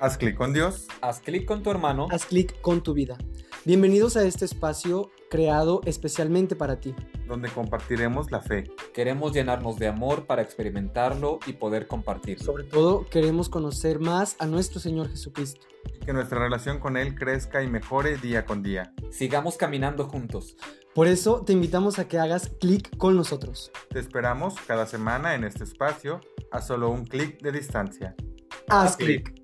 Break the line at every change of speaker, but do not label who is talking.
Haz clic con Dios.
Haz clic con tu hermano.
Haz clic con tu vida. Bienvenidos a este espacio creado especialmente para ti.
donde compartiremos la fe.
Queremos llenarnos de amor para experimentarlo y poder compartirlo.
Sobre todo queremos conocer más a nuestro Señor Jesucristo.
Que nuestra relación con Él crezca y mejore día con día.
Sigamos caminando juntos.
Por eso te invitamos a que hagas clic con nosotros.
Te esperamos cada semana en este espacio a solo un clic de distancia.
Haz,
Haz
clic.
clic.